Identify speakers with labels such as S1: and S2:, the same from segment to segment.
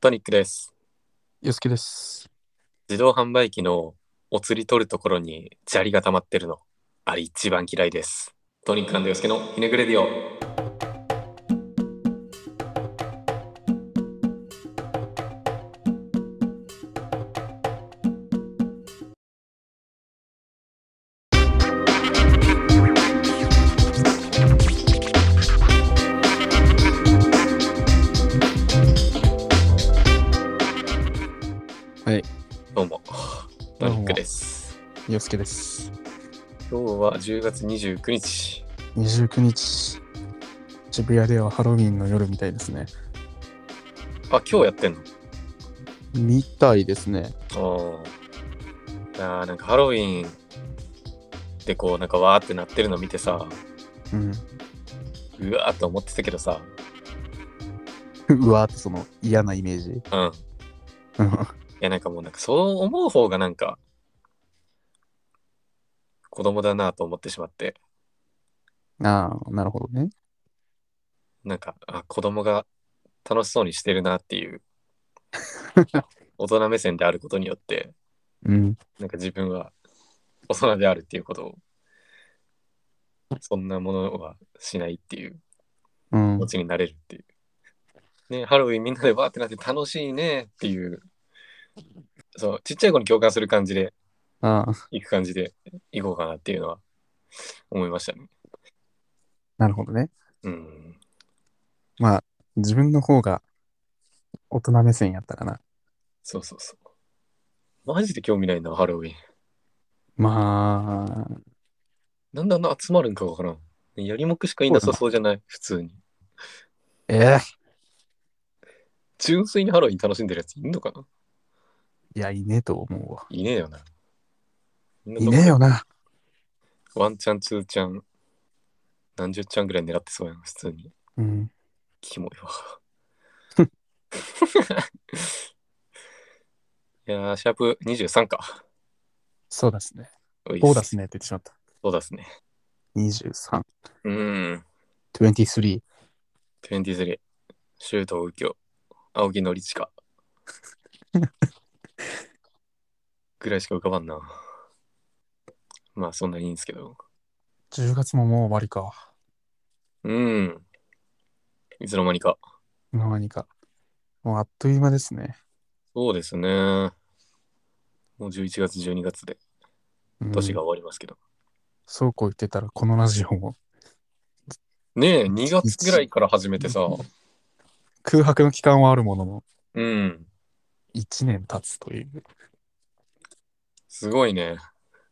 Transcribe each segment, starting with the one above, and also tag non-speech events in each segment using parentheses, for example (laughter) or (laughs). S1: トニックです。
S2: よすきです。
S1: 自動販売機のお釣り取るところに砂利が溜まってるの。あれ一番嫌いです。トニックなんでよすけのひねくれディオ。
S2: はい、
S1: どうも。ト
S2: どうも
S1: ニックです。
S2: よすけです。
S1: 今日は10月29日。
S2: 29日、渋谷ではハロウィンの夜みたいですね。
S1: あ、今日やってんの
S2: みたいですね。
S1: おーいやーなんかハロウィーンでこうなんかわーってなってるの見てさ
S2: うん。 (laughs)
S1: うわーって思ってたけどさ
S2: うわーってその嫌なイメージ。 (laughs)
S1: うんい
S2: うん。
S1: やなんかもうなんかそう思う方がなんか子供だなと思ってしまって
S2: ああ、なるほどね。
S1: なんかあ子供が楽しそうにしてるなっていう大人目線であることによって
S2: うん。
S1: なんか自分は大人であるっていうことをそんなものはしないっていう
S2: うん
S1: 持。ちになれるっていう。ね、ハロウィンみんなでわーってなって楽しいねっていう、そう、ちっちゃい子に共感する感じで、
S2: ああ、
S1: 行く感じで行こうかなっていうのは思いましたね。
S2: なるほどね。
S1: うん。
S2: まあ、自分の方が大人目線やったかな。
S1: そうそうそう。マジで興味ないな、ハロウィン。
S2: ま
S1: なんであんな集まるんかわからん。やりもくしかいなさそうじゃない普通に。
S2: あ、ええ
S1: 純粋にハロウィン楽しんでるやついんのかない
S2: や、いねえと思うわ。
S1: いねえよな。みんなどこ
S2: い
S1: か
S2: ねえよな。
S1: ワンチャン、ツーチャン、何十チャンぐらい狙ってそうやん、普通に。
S2: うん。
S1: キモいわ。 (laughs) いやー、シャープ23か。
S2: そうですね。
S1: おいっす
S2: そうですねって言ってしまった。
S1: そうだっすね。
S2: 23、
S1: うーん。
S2: 23。
S1: 23。周東右京。青木のりちか。ぐらいしか浮かばんな。まあ、そんなにいいんですけど。
S2: 10月ももう終わりか。
S1: うーん。いつの間にか。
S2: 何か。もうあっという間ですね。
S1: そうですね。もう11月、12月で
S2: うん
S1: 年が終わりますけど。
S2: そうこう言ってたら、このラジオも (laughs)
S1: ねえ、2月ぐらいから始めて
S2: (laughs)
S1: さ。
S2: 空白の期間はあるものの、
S1: うん。
S2: 1年経つという、
S1: すごいね。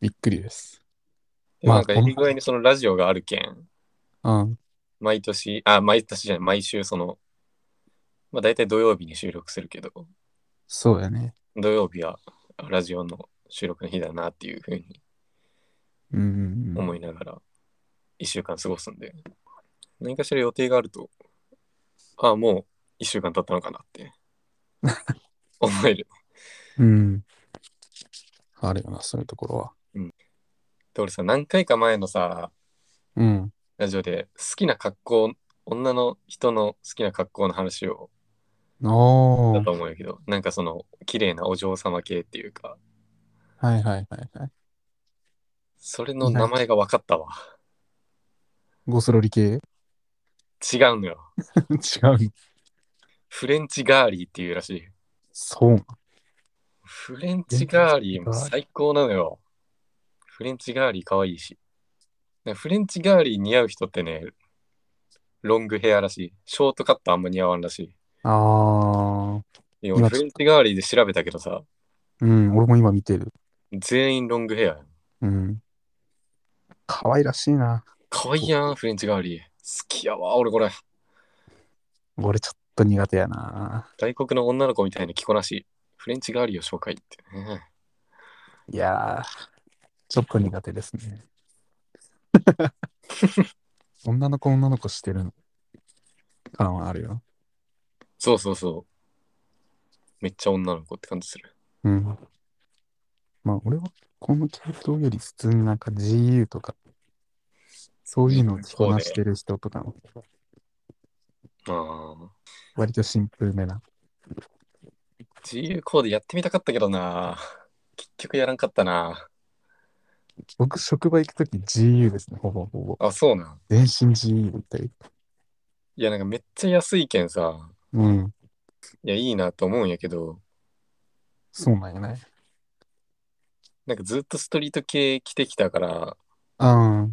S2: びっくりです。
S1: で
S2: まあ
S1: なんか、
S2: この
S1: いい具合にそのラジオがあるけん、
S2: うん。
S1: 毎年、あ、毎年じゃない、毎週その、まあ大体土曜日に収録するけど、
S2: そうだね。
S1: 土曜日はあラジオの収録の日だなっていうふうに
S2: うんうんうん。
S1: 思いながら、一週間過ごすんで、何かしら予定があると、あ、もう一週間経ったのかなって
S2: (laughs)
S1: 思える。
S2: うん。あるよな、そういうところは。
S1: で、俺さ、何回か前のさ、
S2: うん。
S1: ラジオで好きな格好、女の人の好きな格好の話を
S2: お
S1: だ
S2: ー
S1: と。思うんやけど、なんかその綺麗なお嬢様系っていうか、
S2: はいはいはいはい。
S1: それの名前が分かったわ。
S2: ゴスロリ系 (laughs)
S1: 違
S2: 違う
S1: うのよ。
S2: の。
S1: フレンチガーリーっていうらしい。
S2: そうな。
S1: フレンチガーリーも最高なのよ。フレンチガーリー可愛いし。なんかフレンチガーリー似合う人ってね、ロングヘアらしい。ショートカットあんま似合わんらし
S2: あー。
S1: い。いや俺
S2: 今
S1: フレンチガーリーで調べたけどさ、
S2: うん、俺も今見てる。
S1: 全員ロングヘアやん。
S2: うん。可愛らしいな。
S1: 可愛いやん、フレンチガーリー。好きやわ、俺これ。
S2: 俺ちょっと苦手やな。
S1: 外国の女の子みたいな着こなし。フレンチガーリーを紹介ってね。
S2: いやー、ちょっと苦手ですね。 (laughs) 女の子女の子してる感はあるよ。
S1: そうそうそう。めっちゃ女の子って感じする。
S2: うん。まあ俺はこの系統より普通になんか GU とか、そういうのを着こなしてる人とか、
S1: ああ。
S2: 割とシンプルめな
S1: GU コーデやってみたかったけど (laughs) な。結局やらんかったな。
S2: 僕、職場行くとき GU ですね、ほぼほぼ。
S1: あ、そうなん。
S2: 全身 GU みたい。
S1: いや、なんかめっちゃ安いけんさ。
S2: うん。
S1: いや、いいなと思うんやけど、
S2: そうなんやね。
S1: なんかずっとストリート系着てきたから、
S2: あ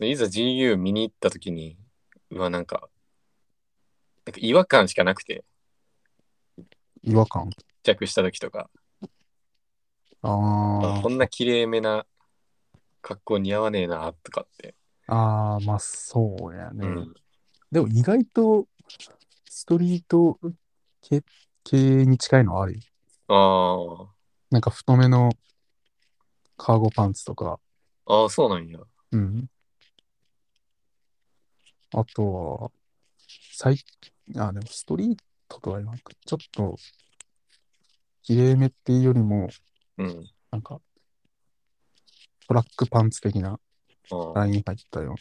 S1: いざ GU 見に行った時に、うわ、なんか、なんか違和感しかなくて、
S2: ー違和感。
S1: 試着した時とか、あ
S2: あ
S1: こんな綺麗めな格好似合わねえな、とかって。
S2: あ。ああ、まあそうやね。
S1: うん
S2: でも意外とストリート系系に近いのはあるよ。
S1: あ
S2: なんか太めのカーゴパンツとか。
S1: あ、ああ、そうなんや。
S2: うん。あとは、最、あ、でもストリートとは言わんか。ちょっと、綺麗めっていうよりも、
S1: うん。
S2: なんか、トラックパンツ的な
S1: ああ
S2: ライン入ったよう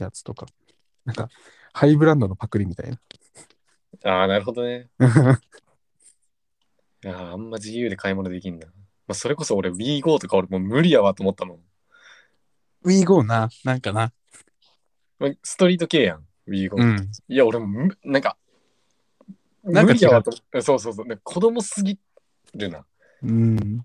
S2: なやつとか。なんか、ハイブランドのパクリみたいな。 (laughs)
S1: ああ、なるほどね。いやーあんま自由で買い物できんな。まあ、それこそ俺 WeGo とか俺もう無理やわと思ったもん。
S2: ウィーゴーな、なんかな。
S1: まあストリート系やん、WeGo。
S2: うん。
S1: いや、俺もむ、なんか、
S2: なんか
S1: 無
S2: 違う
S1: 理やわと思うそうそうそう。なんか子供すぎるな。
S2: うん。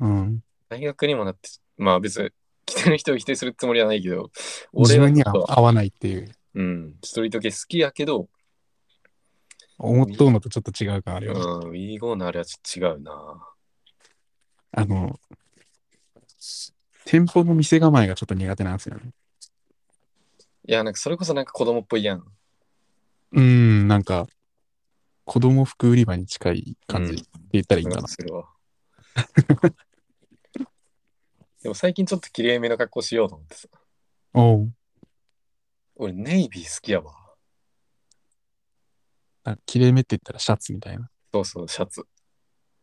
S2: うん。
S1: 大学にもなって、まあ別に、来てる人を否定するつもりはないけど、
S2: 自
S1: 俺は
S2: 分
S1: ち
S2: に
S1: ょっと
S2: は合わないっていう。
S1: うん、ストリート系好きやけど、
S2: 思っとうのとちょっと違う感あ
S1: う
S2: る
S1: ん、
S2: よね。
S1: WeGo のあれはちょっと違うな。
S2: あの、店舗の店構えがちょっと苦手なんですよね。
S1: いや、なんかそれこそなんか子供っぽいやん。
S2: うん、なんか、子供服売り場に近い感じ
S1: うん
S2: って言ったらいいん
S1: な
S2: か
S1: んか
S2: な。
S1: するわ。 (laughs) でも最近ちょっと綺麗めの格好しようと思ってさ。
S2: おう
S1: 俺、ネイビー好きやわ。
S2: なんか綺麗めって言ったらシャツみたいな。
S1: そうそう、シャツ。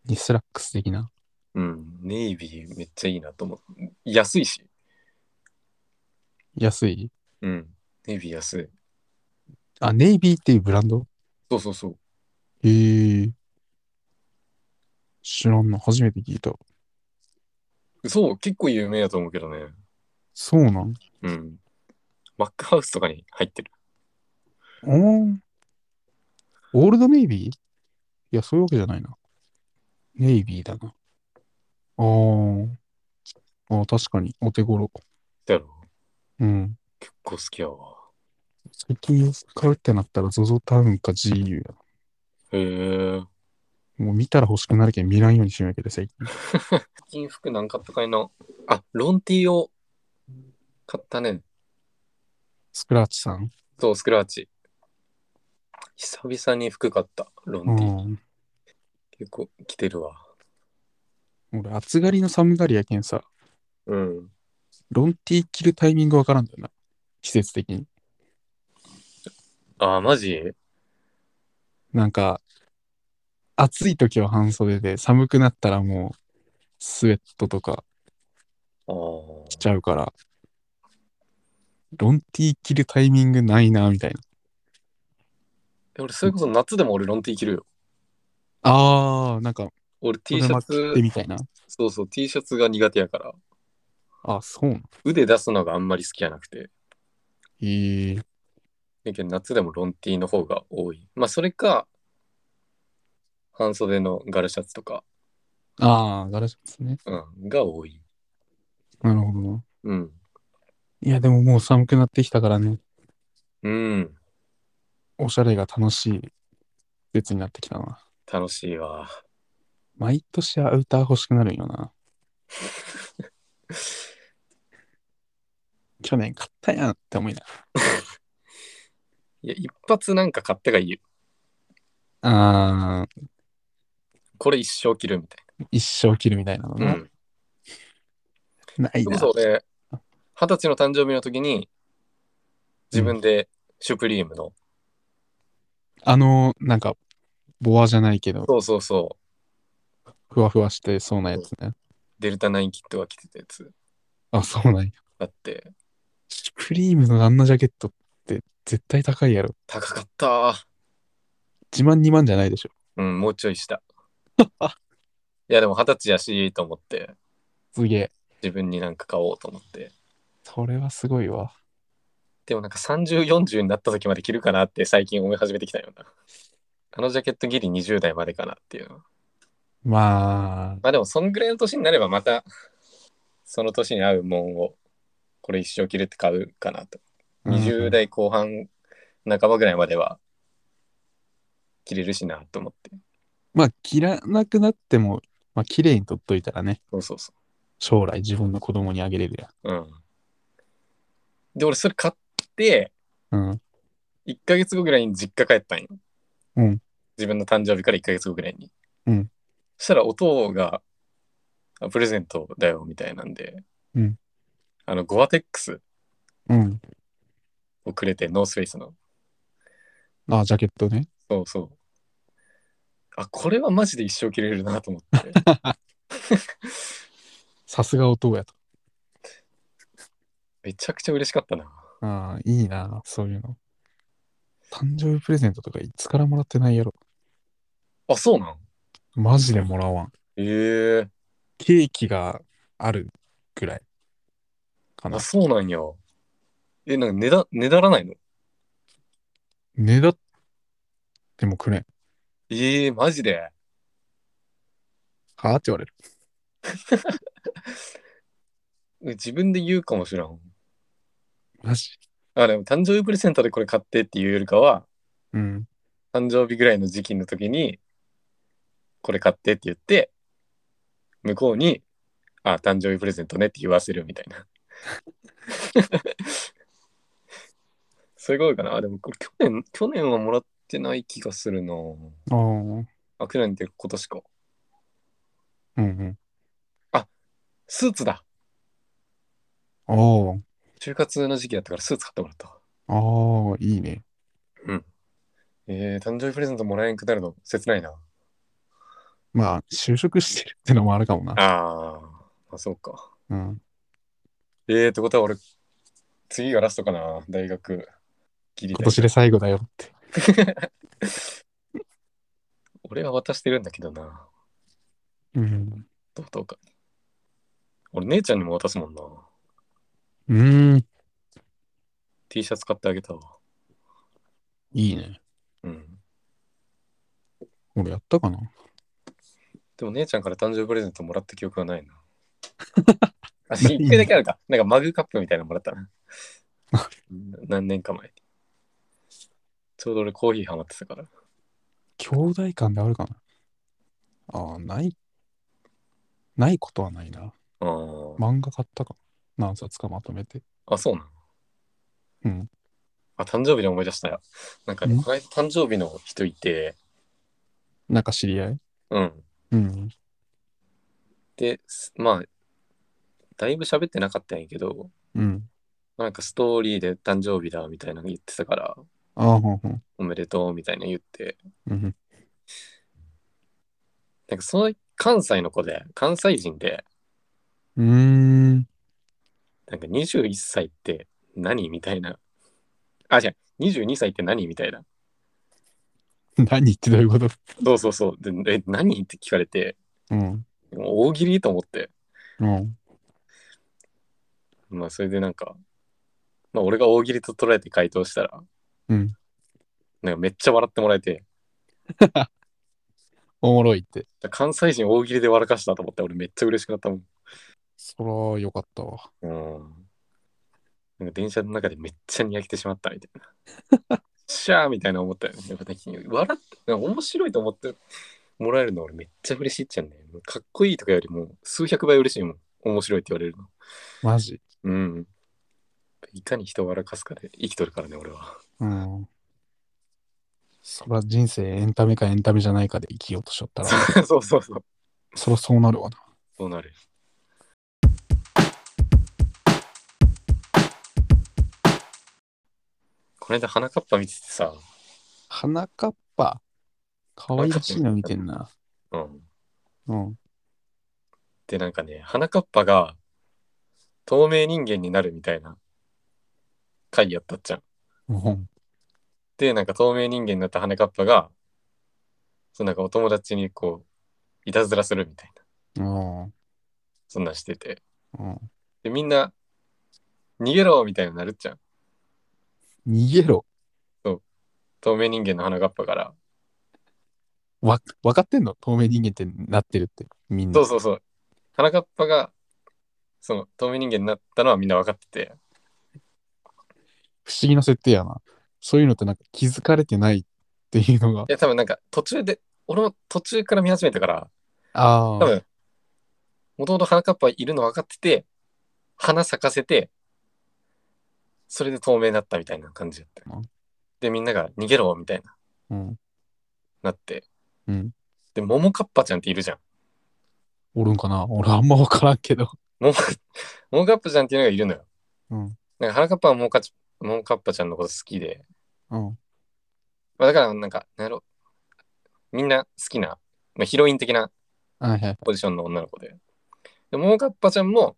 S2: リスラックス的な。
S1: うん、ネイビーめっちゃいいなと思う。安いし。
S2: 安い。
S1: うん、ネイビー安い。
S2: あ、ネイビーっていうブランド
S1: そうそうそう。
S2: へえ。知らんの、初めて聞いた。
S1: そう、結構有名だと思うけどね。
S2: そうなん
S1: うん。マックハウスとかに入ってる。
S2: おーオールドネイビーいや、そういうわけじゃないな。ネイビーだな。あーあー、確かに、お手頃。
S1: だろ
S2: うん。
S1: 結構好きやわ。
S2: 最近洋服買うってなったら ZOZO タウンか GU や
S1: へえ。
S2: な。もう見たら欲しくなるけん見らんようにしなきゃで最近。
S1: 金服なんかあったかいな。あ、ロンティーを買ったね。
S2: スクラッチさん。
S1: そう、スクラッチ。久々に服買った、ロ
S2: う
S1: ンティー。
S2: ん。
S1: 結構着てるわ。
S2: 俺、厚刈りの寒刈りやけんさ、
S1: うん。
S2: ロンティー着るタイミングわからんだよな。季節的に。
S1: あー、マジ
S2: なんか、暑い時は半袖で、寒くなったらもう、スウェットとか
S1: ああ。
S2: しちゃうから、ロンティー着るタイミングないな、みたいな。
S1: え俺、それこそ夏でも俺ロンティー着るよ。
S2: あー、なんか、
S1: 俺
S2: こ
S1: T
S2: れ
S1: シャ
S2: は着て
S1: ツ、
S2: みたいな。
S1: そうそう、T シャツが苦手やから。
S2: あ、そうなん。
S1: 腕出すのがあんまり好きじゃなくて。
S2: えー、
S1: だけど夏でもロンティーの方が多い。まあそれか、半袖のガルシャツとか、
S2: あー、ガラシャツね。
S1: うん、が多い。
S2: なるほどな。
S1: うん。
S2: いや、でももう寒くなってきたからね、
S1: うん、
S2: おしゃれが楽しい季節になってきたな。
S1: 楽しいわ。
S2: 毎年アウター欲しくなるんよな。去年買ったやんって思いなが
S1: いや、一発なんか買ってがいいよ。
S2: ら。あー、
S1: これ一生着るみたい
S2: 一生着るみたいなの
S1: な。う
S2: な。
S1: ん。
S2: ない
S1: それ
S2: な。
S1: こそ俺、二十歳の誕生日の時に、自分でシュプリームの、
S2: あの、なんか、ボアじゃないけど、
S1: そうそうそう、
S2: ふわふわしてそうなやつね。
S1: デルタ9キットが着てたやつ
S2: あ、そうなんや。
S1: あって、
S2: シュプリームのあんなジャケットって絶対高いやろ。
S1: 高かった。
S2: 自慢2万じゃないでしょ。
S1: うん、もうちょい
S2: (laughs)
S1: 下。いや、でも二十歳やし、と思って、
S2: すげえ。
S1: 自分になんか買おうと思って。
S2: それはすごいわ。
S1: でもなんか30、40になった時まで着るかなって最近思い始めてきたよな。あのジャケットギリ20代までかなっていうのは。
S2: まあ、
S1: まあでも、そんぐらいの年になればまた、その年に合うもんを、これ一生着るって買うかなと。20代後半半ばぐらいまでは、着れるしなと思って。
S2: まあ、切らなくなっても、まあ、綺麗に取っといたらね、
S1: そうそうそ
S2: 将来自分の子供にあげれるや
S1: う。うん。で、俺それ買って、
S2: ん。うん。
S1: 1ヶ月後ぐらいに実家帰ったんよ。
S2: うん
S1: 自分の誕生日から1ヶ月後ぐらいに。
S2: うん
S1: そしたら、お父が、あプレゼントだよ、みたいなんで、
S2: うん
S1: あの、ゴアテックス
S2: うん。
S1: をくれて、ノースフェイスの。
S2: あ、ジャケットね。
S1: そうそう。あ、これはマジで一生着れるなと思
S2: (laughs)
S1: って。
S2: さすが男やと。
S1: めちゃくちゃ嬉しかったな。
S2: ああ、いいな、そういうの。誕生日プレゼントとかいつからもらってないやろ。
S1: あ、そうなん
S2: マジでもらわん。
S1: ええ
S2: ケーキがあるぐらいかな
S1: あ、。そうなんや。え、なんかねだ、ねだらないの
S2: ねだってもくれん。
S1: ええマジで。
S2: はあって言われる。
S1: 自分で言うかもしらん。
S2: マジ。
S1: あ、でも誕生日プレゼントでこれ買ってっていうよりかは、
S2: うん。
S1: 誕生日ぐらいの時期の時に、これ買ってって言って、向こうに、あ、誕生日プレゼントねって言わせるみたいな。 (laughs) すごいかな。あでもこれ去年、去年はもらってない気がするな。
S2: ああ。うん
S1: あ、去年って今年か。
S2: うん。
S1: スーツだ。
S2: ああ。
S1: 就活の時期だったからスーツ買ってもらった。
S2: ああ、いいね。
S1: えー、誕生日プレゼントもらえなくなるの切ないな。
S2: まあ、就職してるってのもあるかもな。
S1: あー、あ、そうか。
S2: うん。
S1: えー、ってことは俺、次がラストかな。大学、ギリ
S2: 今
S1: 大
S2: 年で最後だよって。
S1: 俺は渡してるんだけどな。
S2: うん。
S1: どうどうか。俺、姉ちゃんにも渡すもんな。
S2: うーん。
S1: T シャツ買ってあげたわ。
S2: いいね。
S1: うん。
S2: 俺やったかな
S1: でも、姉ちゃんから誕生日プレゼントもらった記憶はない
S2: (laughs)
S1: な。あ、一回だけあるか。なんかマグカップみたいなのもらった
S2: (laughs)
S1: な。何年か前に。ちょうど俺コーヒーハマってたから。
S2: 兄弟間であるかなああ、ない。ないことはないな。
S1: あー、
S2: 漫画買ったか。何冊かまとめて。
S1: あ、そうなの
S2: うん。
S1: あ、誕生日で思い出したよ。なんか
S2: ん
S1: ね、この間誕生日の人いて、
S2: なんか知り合い
S1: うん。
S2: うん。
S1: で、すまあ、だいぶ喋ってなかったんやけど、
S2: うん。
S1: なんかストーリーで誕生日だみたいなの言ってたから、
S2: ああ、ほんほん。
S1: おめでとうみたいなの言って、
S2: うん。
S1: なんかその関西の子で、関西人で、
S2: うーん。 (laughs)
S1: なんか21歳って何みたいな。あ、違う、22歳って何みたいな。
S2: 何ってどういうこと
S1: そうそうそう。で、え、何って聞かれて、
S2: うん。
S1: もう大喜利と思って。
S2: うん。
S1: まあ、それでなんか、まあ、俺が大喜利と捉えて回答したら、
S2: うん。
S1: なんかめっちゃ笑ってもらえて、
S2: おもろいって。
S1: 関西人大喜利で笑かしたと思って、俺めっちゃ嬉しくなったもん。
S2: そら、よかったわ。
S1: うん。なんか電車の中でめっちゃにやけてしまったみたいな。
S2: (laughs)
S1: シャーみたいな思ったよね。やっぱね笑って、なんか面白いと思ってもらえるの俺めっちゃ嬉しいっちゃね。かっこいいとかよりも数百倍嬉しいもん。面白いって言われるの。
S2: マジ。
S1: うん。いかに人を笑かすかで生きとるからね、俺は。 (laughs)
S2: うん。そら、人生エンタメかエンタメじゃないかで生きようとしちゃった (laughs) ら、
S1: そうそうそう。
S2: そらそうなるわな。
S1: そうなる。この間、花かっぱ見ててさ、
S2: 花かっぱ。可愛らしいの見てんな。
S1: うん。
S2: うん。
S1: で、なんかね、花かっぱが透明人間になるみたいな回やったっちゃん。
S2: うん。
S1: で、なんか透明人間になった花かっぱが、そうなんかお友達にこう、いたずらするみたいな、
S2: あ
S1: そんなんしてて。
S2: あ、うん
S1: で、みんな、逃げろみたいになるっちゃん。
S2: 逃げろ。
S1: 透明人間の花がっぱから。
S2: わ、分かってんの透明人間ってなってるって、みんな。
S1: そうそうそう。花がっぱが、その、透明人間になったのはみんな分かってて。
S2: 不思議な設定やな。そういうのってなんか気づかれてないっていうのが。
S1: いや、多分なんか途中で、俺も途中から見始めたから、
S2: あ
S1: 多
S2: あ、
S1: 分、もともと花かっぱいるの分かってて、花咲かせて、それで透明になったみたいな感じだった
S2: うん。
S1: で、みんなが逃げろみたいな、
S2: うん。
S1: なって。
S2: うん。
S1: で、桃かっぱちゃんっているじゃん。
S2: おるんかな俺あんま分からんけど。
S1: 桃、桃かっぱちゃんっていうのがいるのよ。
S2: うん。
S1: なんか花かっぱは桃かち桃かっぱちゃんのこと好きで、
S2: うん。
S1: まあ、だからなんか、なんやろ、みんな好きな、まあ、ヒロイン的な
S2: はいはい。
S1: ポジションの女の子で。で、ももかっぱちゃんも、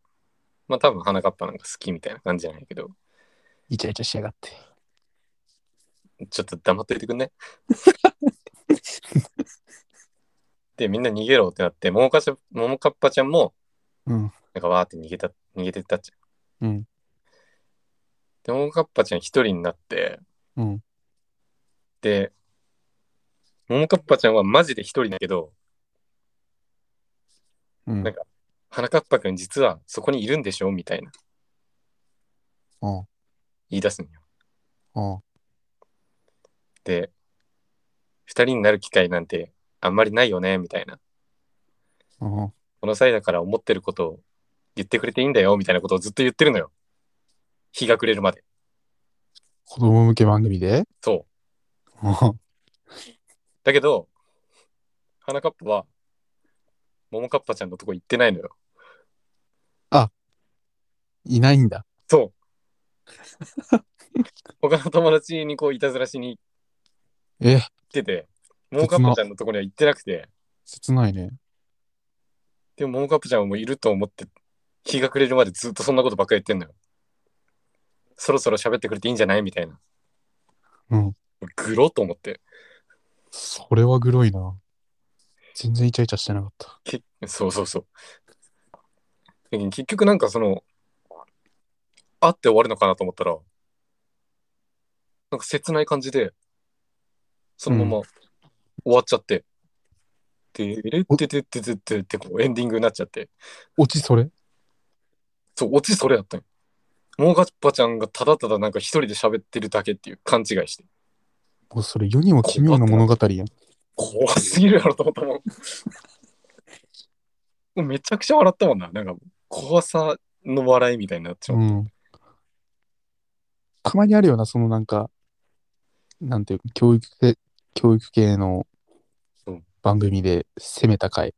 S1: まあ多分花かっぱなんか好きみたいな感じじゃないけど、
S2: イチャイチャしやがって。
S1: ちょっと黙っといてくん
S2: (laughs)
S1: ね。で、みんな逃げろってなって、ももかちゃんももかっぱちゃんも、
S2: うん。
S1: なんかわーって逃げた、逃げてったっちゃう。
S2: うん。
S1: で、ももかっぱちゃん一人になって、
S2: うん。
S1: で、ももかっぱちゃんはマジで一人だけど、
S2: うん。
S1: なんか花かっぱくん実はそこにいるんでしょみたいな
S2: うん。
S1: 言い出すのよ。
S2: うん。
S1: で、二人になる機会なんてあんまりないよね、みたいな。
S2: うん。
S1: この際だから思ってることを言ってくれていいんだよ、みたいなことをずっと言ってるのよ。日が暮れるまで。
S2: 子供向け番組で
S1: そう。
S2: うん。
S1: だけど、花かっぱは、ももかっぱちゃんのとこ行ってないのよ。
S2: (laughs) いないんだ。 (laughs)
S1: そう。他の友達にこういたずらしに行
S2: え、
S1: ってて、ももかっぱちゃんのとこには行ってなくて、
S2: 切ないね。
S1: でもももかっぱちゃんはもういると思って、日が暮れるまでずっとそんなことばっかり言ってんのよ。そろそろ喋ってくれていいんじゃないみたいな。
S2: うん。
S1: グロと思って。
S2: それはグロいな。全然イチャイチャしてなかった。
S1: けそうそうそう。で結局なんかその、会って終わるのかなと思ったら、なんか切ない感じで、そのまま終わっちゃって、で、れってててててってこうエンディングになっちゃって、
S2: オチそれ
S1: そう、オチそれやったんよ。もうガッパちゃんがただただなんか一人で喋ってるだけっていう勘違いして、
S2: もうそれ世にも奇妙な物語やん。
S1: 怖すぎるやろと思ったもん。もうめちゃくちゃ笑ったもんな。なんか怖さの笑いみたいになっちゃう。
S2: うん。たまにあるよな、そのなんか、なんていうか、教育系、教育系の
S1: うん
S2: 番組で攻めた回。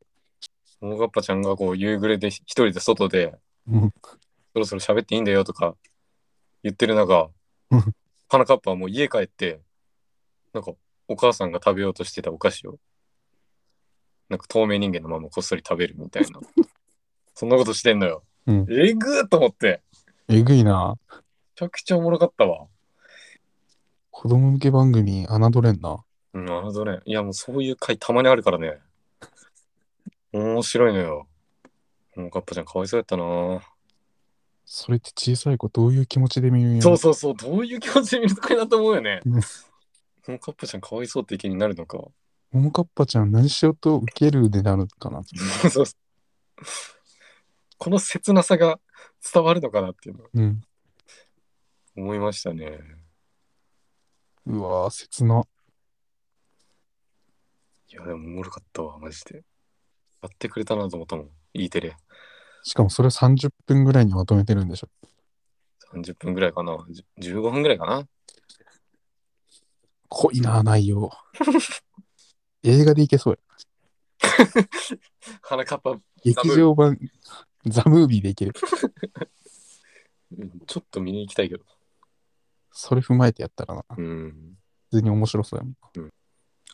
S1: もうがっぱちゃんがこう夕暮れで一人で外で
S2: うん。
S1: そろそろ喋っていいんだよとか言ってる中
S2: うん、
S1: はなかっぱはもう家帰って、なんかお母さんが食べようとしてたお菓子を、なんか透明人間のままこっそり食べるみた
S2: (laughs)
S1: いな。そんなことしてんのよ。
S2: うん
S1: えぐーと思って。
S2: えぐいな。
S1: めちゃくちゃおもろかったわ。
S2: 子供向け番組、侮れんな。
S1: うん、なるほどね。いや、もうそういう回たまにあるからね。面白いのよ。もうかっぱちゃんかわいそうやったな
S2: それって小さい子どういう気持ちで見るんやろ
S1: そうそうそう、どういう気持ちで見るとかだと思うよね。
S2: うん
S1: もうかっぱちゃんかわいそうって気になるのか。
S2: ももかっぱちゃん何しようと受けるでなるかな。
S1: そうこの切なさが伝わるのかなっていうのを
S2: うん。
S1: 思いましたね。
S2: うわぁ、切な。
S1: いや、でもおもろかったわ、マジで。やってくれたなと思ったもん。E テレ。
S2: しかもそれを30分ぐらいにまとめてるんでしょ。
S1: 30分ぐらいかな。じゅ15分ぐらいかな。
S2: 濃いなぁ、内
S1: (laughs)
S2: 容。映画でいけそうや。
S1: 花かっぱ、ザムービー
S2: 劇場版、ザ・ムービーでいける。
S1: うんちょっと見に行きたいけど。
S2: それ踏まえてやったらな。
S1: うん。
S2: 普通に面白そうやもん。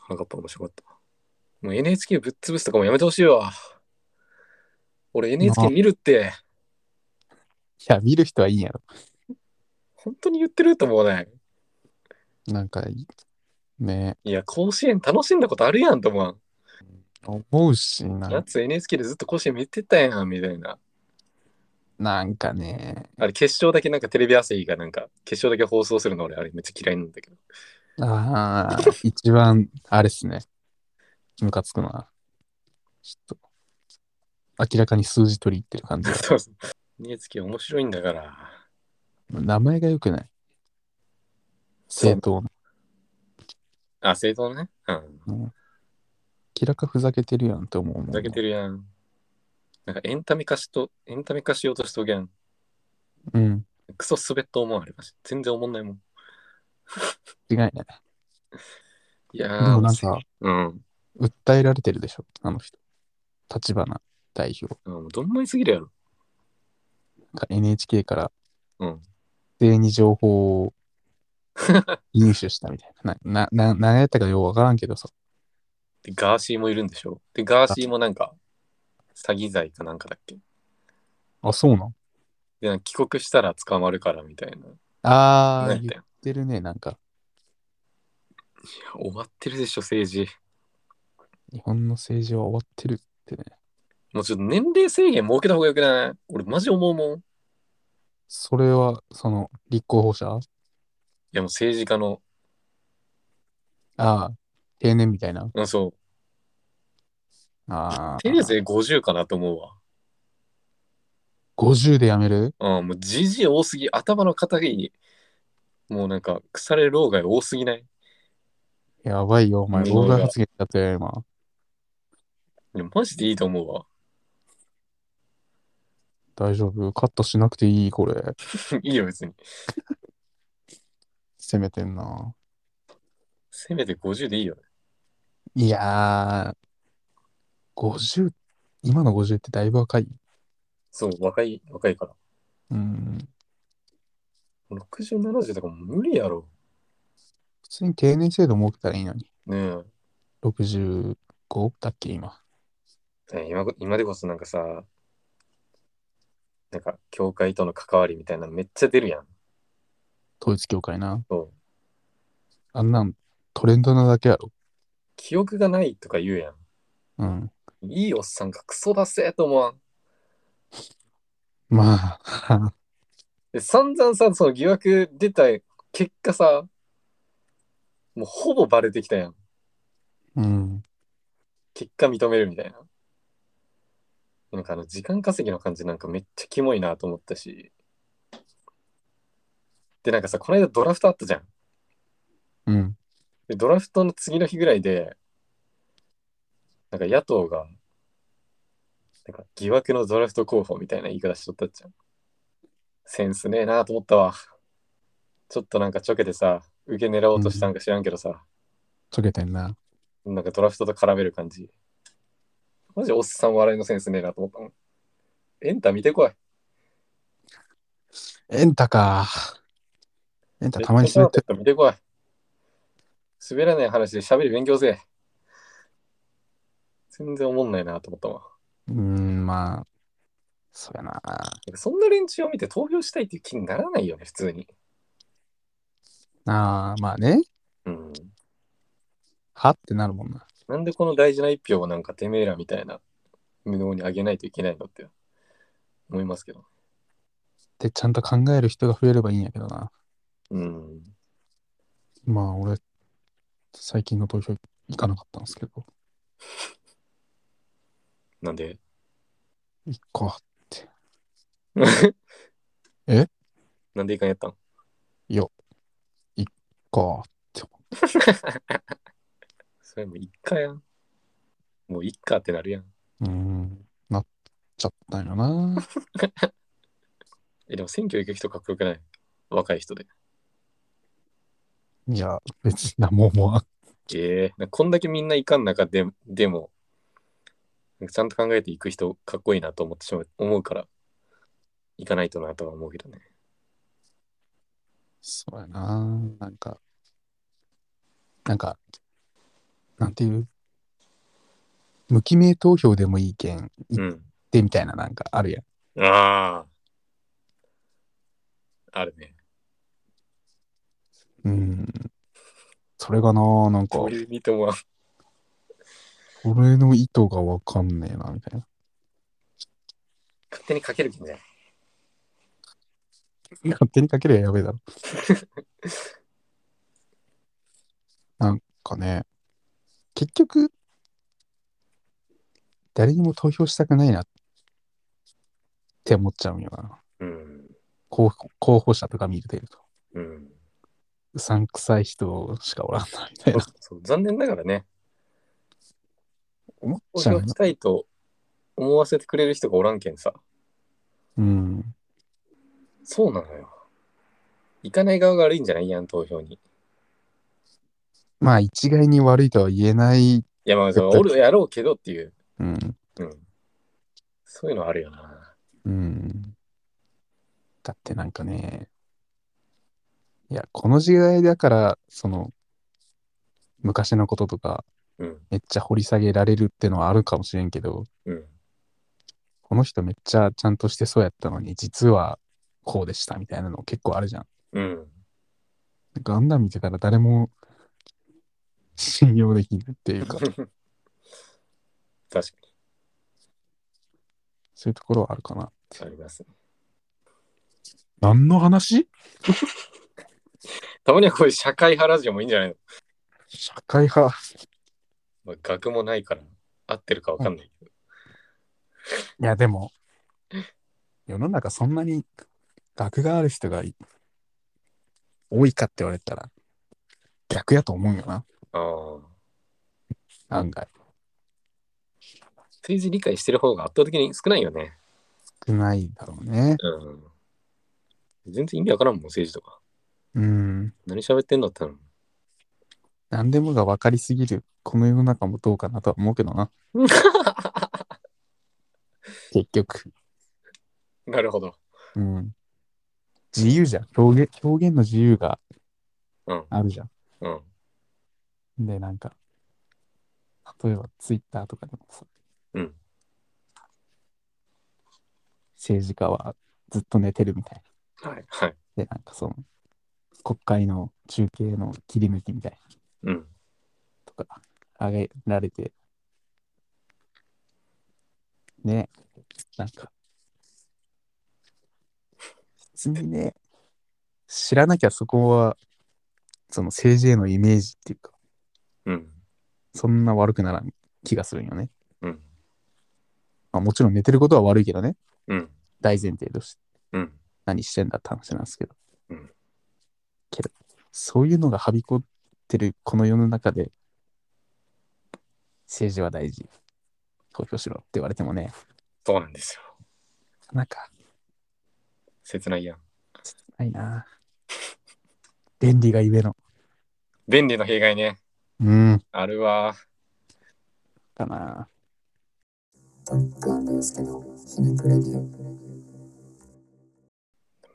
S1: 花かっぱ面白かった。もう NHK ぶっ潰すとかもやめてほしいわ。俺 NHK 見るって、
S2: いや、見る人はいいんやろ。
S1: 本当に言ってると思うね。
S2: なんか、ね
S1: いや、甲子園楽しんだことあるやんと思わん。
S2: 思うしな
S1: や、つ NHK でずっと甲子園見てたやん、みたいな。
S2: なんかね、
S1: あれ、決勝だけなんかテレビ朝日がなんか、決勝だけ放送するの俺、あれめっちゃ嫌いなんだけど。
S2: ああ、一番、あれっすね。ムカつくな。ちょっと、明らかに数字取り入ってる感じが。
S1: (laughs) そうそう。NHK 面白いんだから。
S2: 名前が良くない。
S1: そう
S2: 政党の。
S1: あ、正当ね。うん。
S2: 明らかふざけてるやんって思うもんね、
S1: ふざけてるやん。なんかエンタメ化しと、エンタメ化しようとしとけん。
S2: うん。
S1: クソ滑った思われました。全然思んないもん。
S2: 違いない。で
S1: いやー
S2: もなんか、
S1: うん。
S2: 訴えられてるでしょ、あの人。立花代表
S1: うんどんまいすぎるやろ。
S2: が NHK から、
S1: うん
S2: 不正に情報を入手したみたいな。な、な、な何やったかようわからんけどさ。
S1: で、ガーシーもいるんでしょ。で、ガーシーもなんか、詐欺罪かなんかだっけ。
S2: あ、そうなん
S1: で、なんか帰国したら捕まるからみたいな。
S2: あ
S1: な
S2: ー、
S1: ん
S2: 言
S1: だ
S2: っ
S1: よ
S2: てるね、なんか。
S1: いや終わってるでしょ、政治。
S2: 日本の政治は終わってるってね。
S1: もうちょっと年齢制限設けた方がよくない俺マジ思うもん。い
S2: それは、その、立候補者あ
S1: やもう政治家の、
S2: あ、定年みたいな。
S1: うん、そう。
S2: ああ。
S1: せいぜい50かなと思うわ。
S2: 50でやめる
S1: うん、もうじじい多すぎ、頭の肩に、もうなんか腐れ老害多すぎない
S2: やばいよ、お前。
S1: うん
S2: 妨害発言だったよ、今。
S1: いやマジでいいと思うわ。 (laughs)
S2: 大丈夫。カットしなくていい、これ。
S1: いいよ、別に。
S2: 攻めてんな。
S1: せめて50でいいよ。
S2: いやー、50、今の50ってだいぶ若い。
S1: そう、若い、若いから。
S2: うん。
S1: 60、70とかもう無理やろ。
S2: 普通に定年制度設けたらいいのに。
S1: ねえ。
S2: 65だっけ、今。
S1: ね今こ今でこそなんかさ、なんか、教会との関わりみたいなのめっちゃ出るやん。
S2: 統一教会な。
S1: そう。
S2: あんなんトレンドなだけやろ。
S1: 記憶がないとか言うや
S2: うん。
S1: ん。いいおっさんがクソだせえと思わん。
S2: まあ、 (laughs)
S1: で、散々さ、その疑惑出た結果さ、もうほぼバレてきたやん。
S2: うん。
S1: 結果認めるみたいな。なんかあの、時間稼ぎの感じなんかめっちゃキモいなと思ったし。で、なんかさ、この間ドラフトあったじゃん。
S2: うん。
S1: で、ドラフトの次の日ぐらいで、なんか野党が、なんか疑惑のドラフト候補みたいな言い方しとったじゃん。センスねえなと思ったわ。ちょっとなんかちょけてさ、受け狙おうとしたんか知らんけどさ、
S2: ちょけてんな。
S1: なんかドラフトと絡める感じ。マジおっさん笑いのセンスねえなと思ったもん。エンタ見てこい。
S2: エンタか。エンタたまに
S1: レッ
S2: 滑
S1: ド
S2: ってる。
S1: カーペット見てこい。滑らない話で喋り勉強せえ。全然思んないなと思ったわ。
S2: うん、まあ、そうやな。
S1: そんな連中を見て投票したいっていう気にならないよね、普通に。
S2: ああ、まあね。
S1: うん。
S2: はってなるもんな。
S1: なんでこの大事な一票をなんかてめえらみたいな無能にあげないといけないのって思いますけど。
S2: で、ちゃんと考える人が増えればいいんやけどな。
S1: うん。
S2: まあ、俺、最近の投票行かなかったんですけど、
S1: なんで
S2: 行こう。
S1: (laughs) なんでいかんやったん
S2: 行こ
S1: それもう一回やん。もういっかってなるやん。
S2: う。うん、なっちゃったんやな。
S1: え、でも選挙行く人かっこよくない若い人で。
S2: いや、別に何も思わん。
S1: ええなんかこんだけみんないかん中ででも、なんかちゃんと考えていく人かっこいいなと思ってしまう、思うから、行かないとなとは思うけどね。
S2: そうやな。なんか、なんか、なんていう無記名投票でもいいけん、行っ
S1: うん。
S2: てみたいななんかあるやん。
S1: ああ。あるね。
S2: うん。そそれがな、なん
S1: こ
S2: か、こ
S1: ういう見てもらう。
S2: れの意図がわかんねえな、みたいな。
S1: 勝手にかける気ね。
S2: 勝 (laughs) 手にかけりゃやべえだろ。なんかね、結局、誰にも投票したくないなって思っちゃうんよな。
S1: うん。
S2: 候補候補者とか見てると。
S1: うん。
S2: うさんくさい人しかおらんな、みたいな。
S1: そう残念ながらね、
S2: 思っ
S1: 投
S2: ちゃう
S1: 票
S2: よ
S1: し
S2: な。
S1: たいと思わせてくれる人がおらんけんさ。
S2: うん。
S1: そうなのよ。行かない側が悪いんじゃないやん、投票に。い
S2: まあ、一概に悪いとは言えない。
S1: や、まあ、そのおるやろうけどっていう、
S2: うん。
S1: うん。そういうのあるよな。
S2: うん。だってなんかね、いや、この時代だから、その、昔のこととか、
S1: うん。
S2: めっちゃ掘り下げられるってのはあるかもしれんけど、
S1: うん。
S2: この人めっちゃちゃんとしてそうやったのに、実はこうでしたみたいなの結構あるじゃん。
S1: うん。
S2: なんかあんなん見てたら誰も信用できないっていうか、
S1: 確か
S2: そういうところはあるかな。
S1: に。ありますね。
S2: 何の話
S1: たまにはこういう社会派ラジオもいいんじゃないの、
S2: 社会派。
S1: まあ、学もないから、合ってるかわかんないけど。
S2: いや、でも、世の中そんなに学がある人がい多いかって言われたら、逆やと思うよな、
S1: ああ。
S2: 案外。
S1: 政治理解してる方が圧倒的に少ないよね。
S2: 少ないだろうね。
S1: うん。全然意味わからんもん、政治とか。
S2: うん。
S1: 何喋ってんだったの
S2: 何でもが分かりすぎる、この世の中もどうかなとは思うけど (laughs) な。結局。
S1: なるほど。
S2: うん。自由じゃん。表現、表現の自由が
S1: うん
S2: あるじゃん。
S1: うん。
S2: で、なんか、例えばツイッターとかでもさ、
S1: うん
S2: 政治家はずっと寝てるみたい
S1: はい。はい。
S2: な。で、なんかその、国会の中継の切り抜きみたいな
S1: うん。
S2: とか、あげられて、ね、なんか、別にね、知らなきゃそこは、その政治へのイメージっていうか、
S1: うん。
S2: そんな悪くならん気がするんよね。
S1: うん。
S2: まあ、もちろん寝てることは悪いけどね。
S1: うん。
S2: 大前提として
S1: うん。
S2: 何してんだって話なんですけど。
S1: うん
S2: けど、そういうのがはびこってるこの世の中で、政治は大事。投票しろって言われてもね、
S1: そうなんですよ。
S2: なんか、
S1: 切ないやん。
S2: ないな便利がゆえの。
S1: 便利の弊害ね。
S2: うん。
S1: あるわ。
S2: だな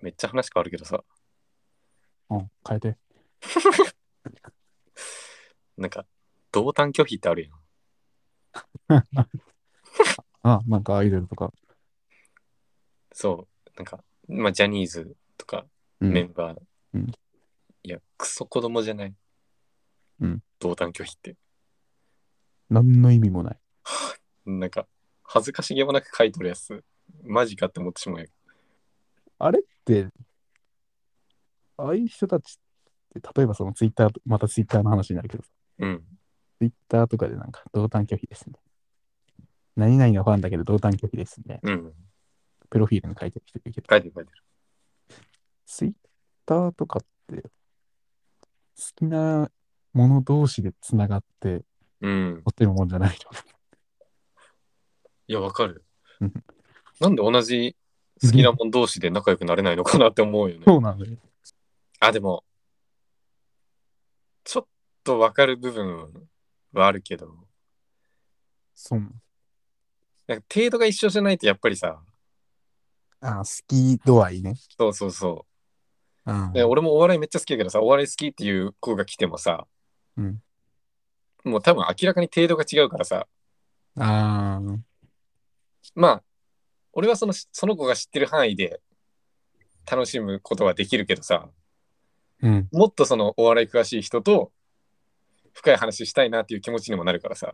S1: めっちゃ話変わるけどさ。
S2: うん、変えて。
S1: なんか、同担拒否ってあるやん。
S2: (laughs) あ、なんかアイドルとか。
S1: そう。なんか、まあ、ジャニーズとか
S2: う
S1: メ
S2: ん。
S1: ンバー。
S2: うん
S1: いや、クソ子供じゃない。
S2: うん。
S1: 同担拒否って。
S2: 何の意味もない。
S1: なんか、恥ずかしげもなく書いとるやつ。マジかって思ってしまうよ。
S2: で、ああいう人たちって、例えばそのツイッター、またツイッターの話になるけど、
S1: うん。
S2: ツイッターとかでなんか、同担拒否ですね。何々のファンだけど同担拒否ですね。
S1: うん。
S2: プロフィールに書いてる人いるけど、
S1: 書いてる書いてる。
S2: ツイッターとかって、好きなもの同士でつながって、
S1: うん。
S2: とってるもんじ
S1: (laughs)
S2: ゃないと。
S1: いや、わかる
S2: うん。
S1: なんで同じ好きなもん同士で仲良くなれないのかなって思うよね。
S2: そうなのよ。
S1: あ、でも、ちょっとわかる部分はあるけど、
S2: そう。
S1: なんか程度が一緒じゃないとやっぱりさ、
S2: ああ、好き度合いね。
S1: そうそうそうう。
S2: ん
S1: で俺もお笑いめっちゃ好きだけどさ、お笑い好きっていう子が来てもさ、
S2: うん
S1: もう多分明らかに程度が違うからさ、
S2: ああ、
S1: まあ、俺はそのその子が知ってる範囲で楽しむことはできるけどさ、
S2: うん。
S1: もっとそのお笑い詳しい人と深い話したいなっていう気持ちにもなるからさ。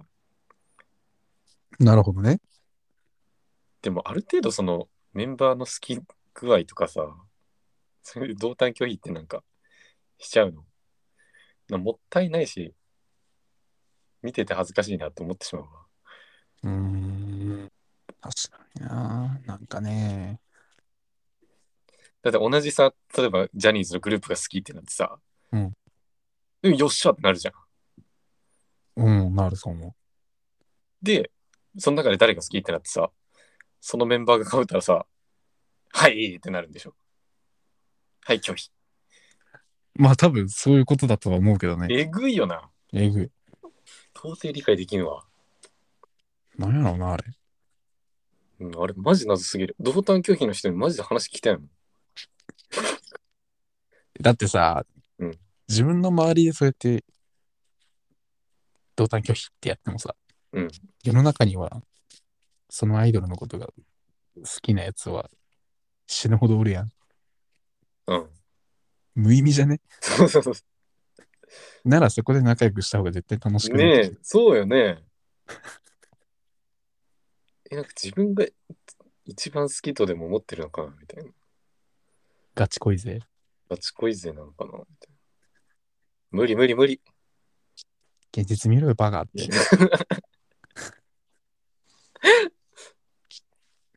S2: なるほどね。
S1: でもある程度そのメンバーの好き具合とかさ、それで同担拒否ってなんかしちゃうの。なもったいないし、見てて恥ずかしいなって思ってしまうわ。
S2: うーん。確かにな。なんかね。
S1: だって同じさ、例えばジャニーズのグループが好きってなってさ、
S2: うん
S1: でよっしゃってなるじゃん。
S2: うん、なると思
S1: で、その中で誰が好きってなってさ、そのメンバーが被ったらさ、はいってなるんでしょ。はい、拒否。
S2: う。まあ多分そういうことだとは思うけどね。
S1: えぐいよな。
S2: えぐい。
S1: 到底理解できんわ。
S2: なんやろうな、あれ。
S1: うん、あれ、マジ謎すぎる。同担拒否の人にマジで話聞きたいもん。
S2: だってさ、
S1: うん
S2: 自分の周りでそうやって、同担拒否ってやってもさ、
S1: うん
S2: 世の中には、そのアイドルのことが好きなやつは死ぬほどおるやん。
S1: うん。
S2: 無意味じゃね
S1: そうそうそ
S2: ならそこで仲良くした方が絶対楽し
S1: う。
S2: くなる。
S1: ねえ、そうよね。え、なんか自分が一番好きとでも思ってるのかなみたいな。
S2: ガチ恋ぜ。
S1: ガチ恋勢なのかなみたいな。無理無理無理。
S2: 現実見ろよ、バカって。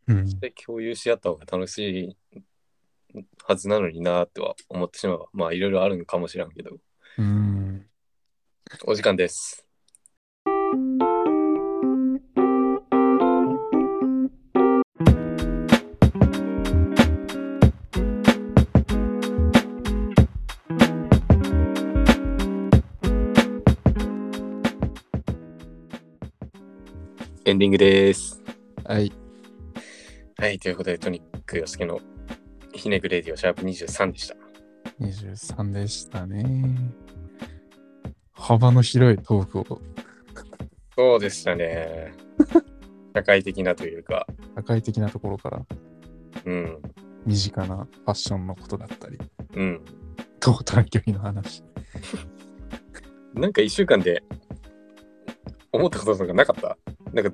S2: うん。
S1: で共有し合った方が楽しいはずなのになーっては思ってしまうわ。まあいろいろあるのかもしらんけど。
S2: うん。
S1: お時間です。エンディングです。
S2: はい。
S1: はい、ということで、トニック・ヨスケのひねくレディオシャープ23でした。
S2: 23でしたね。幅の広いトークを、
S1: そうでした (laughs) ね。社会的なというか、
S2: 社会的なところから、
S1: うん、
S2: 身近なファッションのことだったり、
S1: うん。
S2: トータル距離の話。
S1: なんか一週間で思ったこととかなかったなんか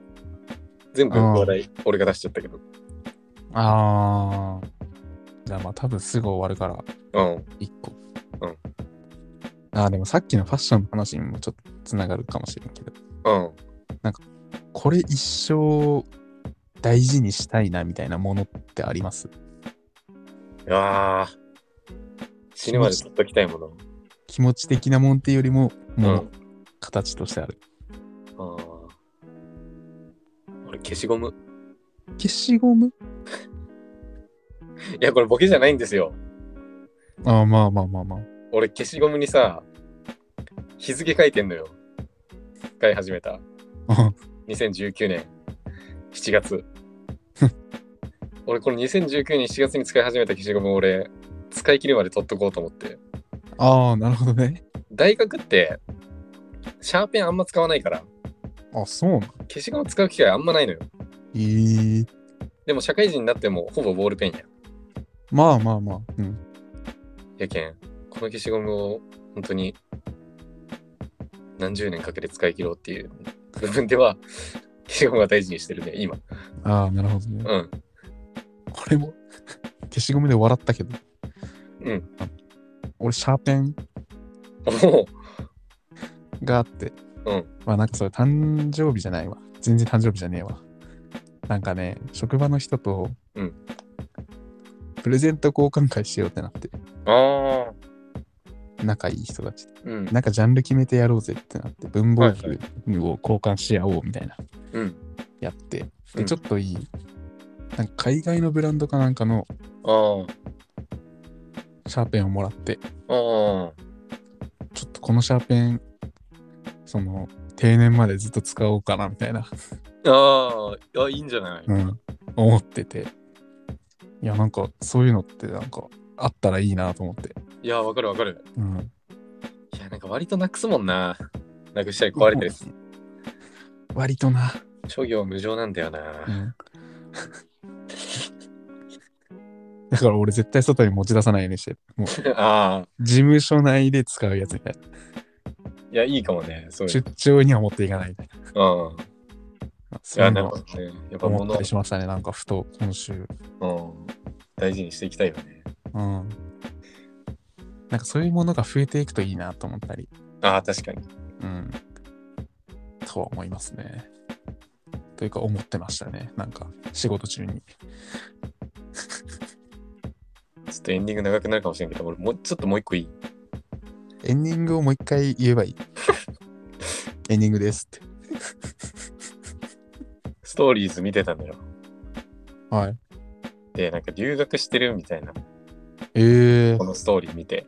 S1: 全部
S2: あー
S1: 笑い俺が出しちゃったけど。
S2: ああ。じゃあまあ多分すぐ終わるから、
S1: うん。
S2: 1個。
S1: うん。
S2: ああ、でもさっきのファッションの話にもちょっとつながるかもしれんけど、
S1: うん。
S2: これ一生大事にしたいなみたいなものってあります
S1: いやー死ぬまで取っときたいもの。
S2: 気持ち的なもんっていうよりも、も
S1: う
S2: う形としてある。
S1: あー俺消しゴム。
S2: 消しゴム
S1: いや、これボケじゃないんですよ。
S2: ああ、まあまあまあまあ。
S1: 俺消しゴムにさ、日付書いてんのよ。使い始めた。
S2: あ (laughs)
S1: 2019年7月。 (laughs) 俺この2019年7月に使い始めた消しゴムを俺、使い切るまで取っとこうと思って。
S2: あー、なるほどね。
S1: 大学ってシャーペンあんま使わないから
S2: あ、そうなん。
S1: 消しゴム使う機会あんまないのよ
S2: えー、
S1: でも社会人になってもほぼボールペンや
S2: まあまあまあ。うん。
S1: やけんこの消しゴムを本当に何十年かけて使い切ろうっていう部分では消しゴムは大事にしてるね今
S2: ああ、なるほどね。
S1: うん
S2: これも (laughs) 消しゴムで笑ったけど。
S1: うん
S2: あ。俺、シャーペン
S1: も
S2: があって。
S1: うん。
S2: まあなんかそれ誕生日じゃないわ。全然誕生日じゃねえわ。なんかね、職場の人と、
S1: うん
S2: プレゼント交換会しようってなって、
S1: うああ
S2: 仲いい人たちと。
S1: うん
S2: なんかジャンル決めてやろうぜってなって、文房
S1: は
S2: 具を
S1: い
S2: 交換し合おうみたいな。
S1: うん
S2: やって、
S1: う
S2: で
S1: ん
S2: ちょっといい、なんか海外のブランドかなんかの
S1: ああ
S2: シャーペンをもらって、
S1: ああ
S2: ちょっとこのシャーペン、その、定年までずっと使おうかなみたいな、
S1: ああいいんじゃない、
S2: うん、思ってて。いや、なんかそういうのってなんかあったらいいなと思って。
S1: いやわかるわかる
S2: うん。
S1: いやなんか割となくすもんななくしたり壊れてるし
S2: 割とな。
S1: 諸行無常なんだよな、
S2: (laughs) うん。だから俺絶対外に持ち出さないようにしてる。もう
S1: ああ
S2: 事務所内で使うやつみたいな。
S1: いや、いいかもね。そうい
S2: 出
S1: う
S2: 張には持っていかないみたいな。
S1: の。うん。い
S2: そうい
S1: や、
S2: う
S1: な
S2: の
S1: ん
S2: は
S1: かね、やっぱ
S2: 思っ
S1: 物
S2: たりしましたね。なんかふと今週。
S1: を、うん、大事にしていきたいよね。
S2: うん。なんかそういうものが増えていくといいなと思ったり、
S1: ああ、確かに。
S2: うん。とは思いますね。というか思ってましたね。なんか仕事中に。
S1: ちょっとエンディング長くなるかもしれんけど、俺もうちょっともう一個いい。
S2: エンディングをもう一回言え (laughs) ばいい。エンディングですって。
S1: ストーリーズ見てたんだよ。
S2: はい。
S1: で、なんか留学してるみたいな、
S2: ええ
S1: このストーリー見て、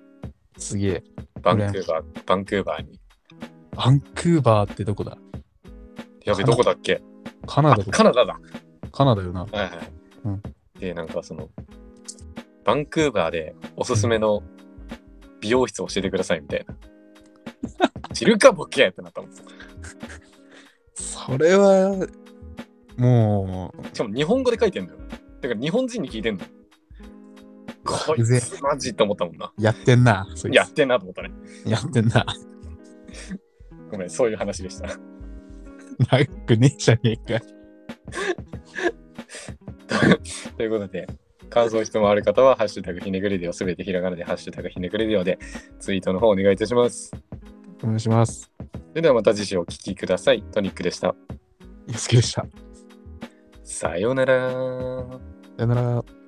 S2: すげえ。
S1: バンクーバー、バンクーバーに。
S2: バンクーバーってどこだ
S1: やべ、どこだっけ
S2: カナ
S1: あ、
S2: ダとか
S1: カナダだ。
S2: カナダよな。
S1: はいはい。
S2: うん
S1: で、なんかその、バンクーバーでおすすめの美容室を教えてくださいみたい
S2: (laughs)
S1: な。知るかボケってなったもん。し
S2: それは、もう、
S1: かも日本語で書いてんだよ。だから日本人に聞いてんの。こいう
S2: ぜ
S1: つマジと思ったもんな。
S2: やってんな。そいつ
S1: やってんなと思ったね。
S2: やってんな。 (laughs)
S1: ごめん、そういう話でした。 (laughs)
S2: 長くねえじゃねえか。
S1: ということで、感想質問ある方は、ハッシュタグひねくれでよ、すべてひらがなで、ハッシュタグひねくれでよで、ツイートの方お願いいたします。そ
S2: お願いします。
S1: れではまた次週お聞きください。トニックでした。
S2: ゆうすけでした。さ
S1: さようなら。
S2: よなら。